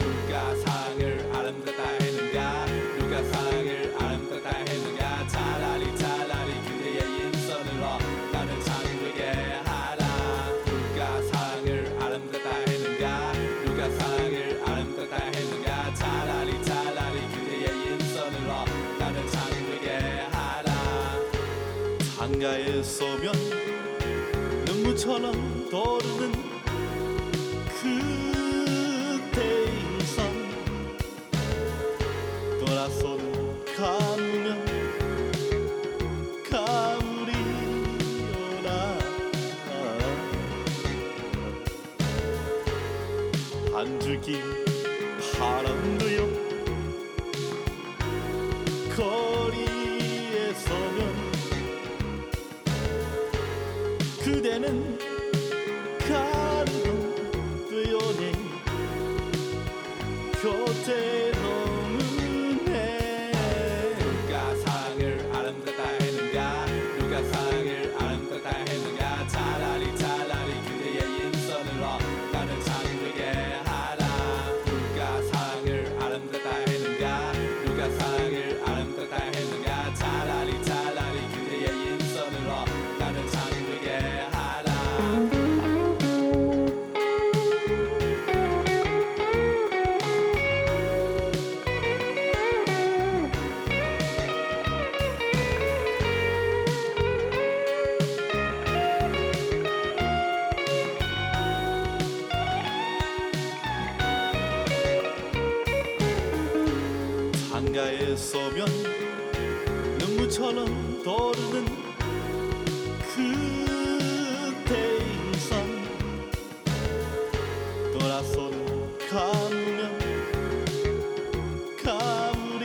누가 상을 아름답다 했는가 누가 상을 아름답다 했는가 차라리 차라리 그대의 임선을 얻 나는 창들게 하라 누가 상을 아름답다 했는가 누가 상을 아름답다 했는가 차라리 차라리 그대의 임선을 얻 나는 창들게 하라
상가에 서면 눈물처럼 떠오르는 그대 인상 돌아서는 가면 가을이 오라 한 줄기 바람도요 거리에 서면 그대는 가을도 되어내 곁에 너무네
누가 상을 아름답다 했는가 누가 상을 아름답다 했는가 차라리 차라리 그대의 임선을 얻 나는 잠들게 하라 누가 상을 아름답다 했는가 누가 상을 아름답다 했는가 차라리 차라리 그대의 임선을 얻 나는 잠들게 하라
강가에 서면 눈물처럼 떠오르는 그대 인상 돌아서는 가면 가물이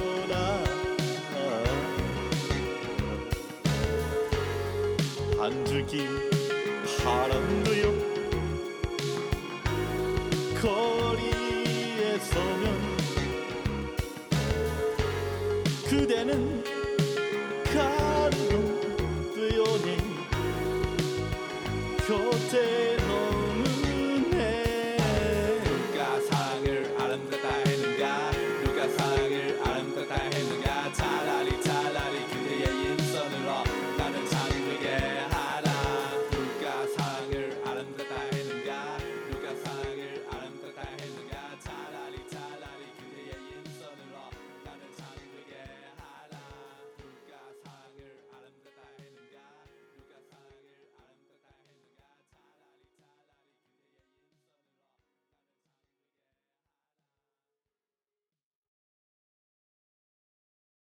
오라 한 줄기 바람도요 거리에 서면 그대는 가을도 되어내 곁에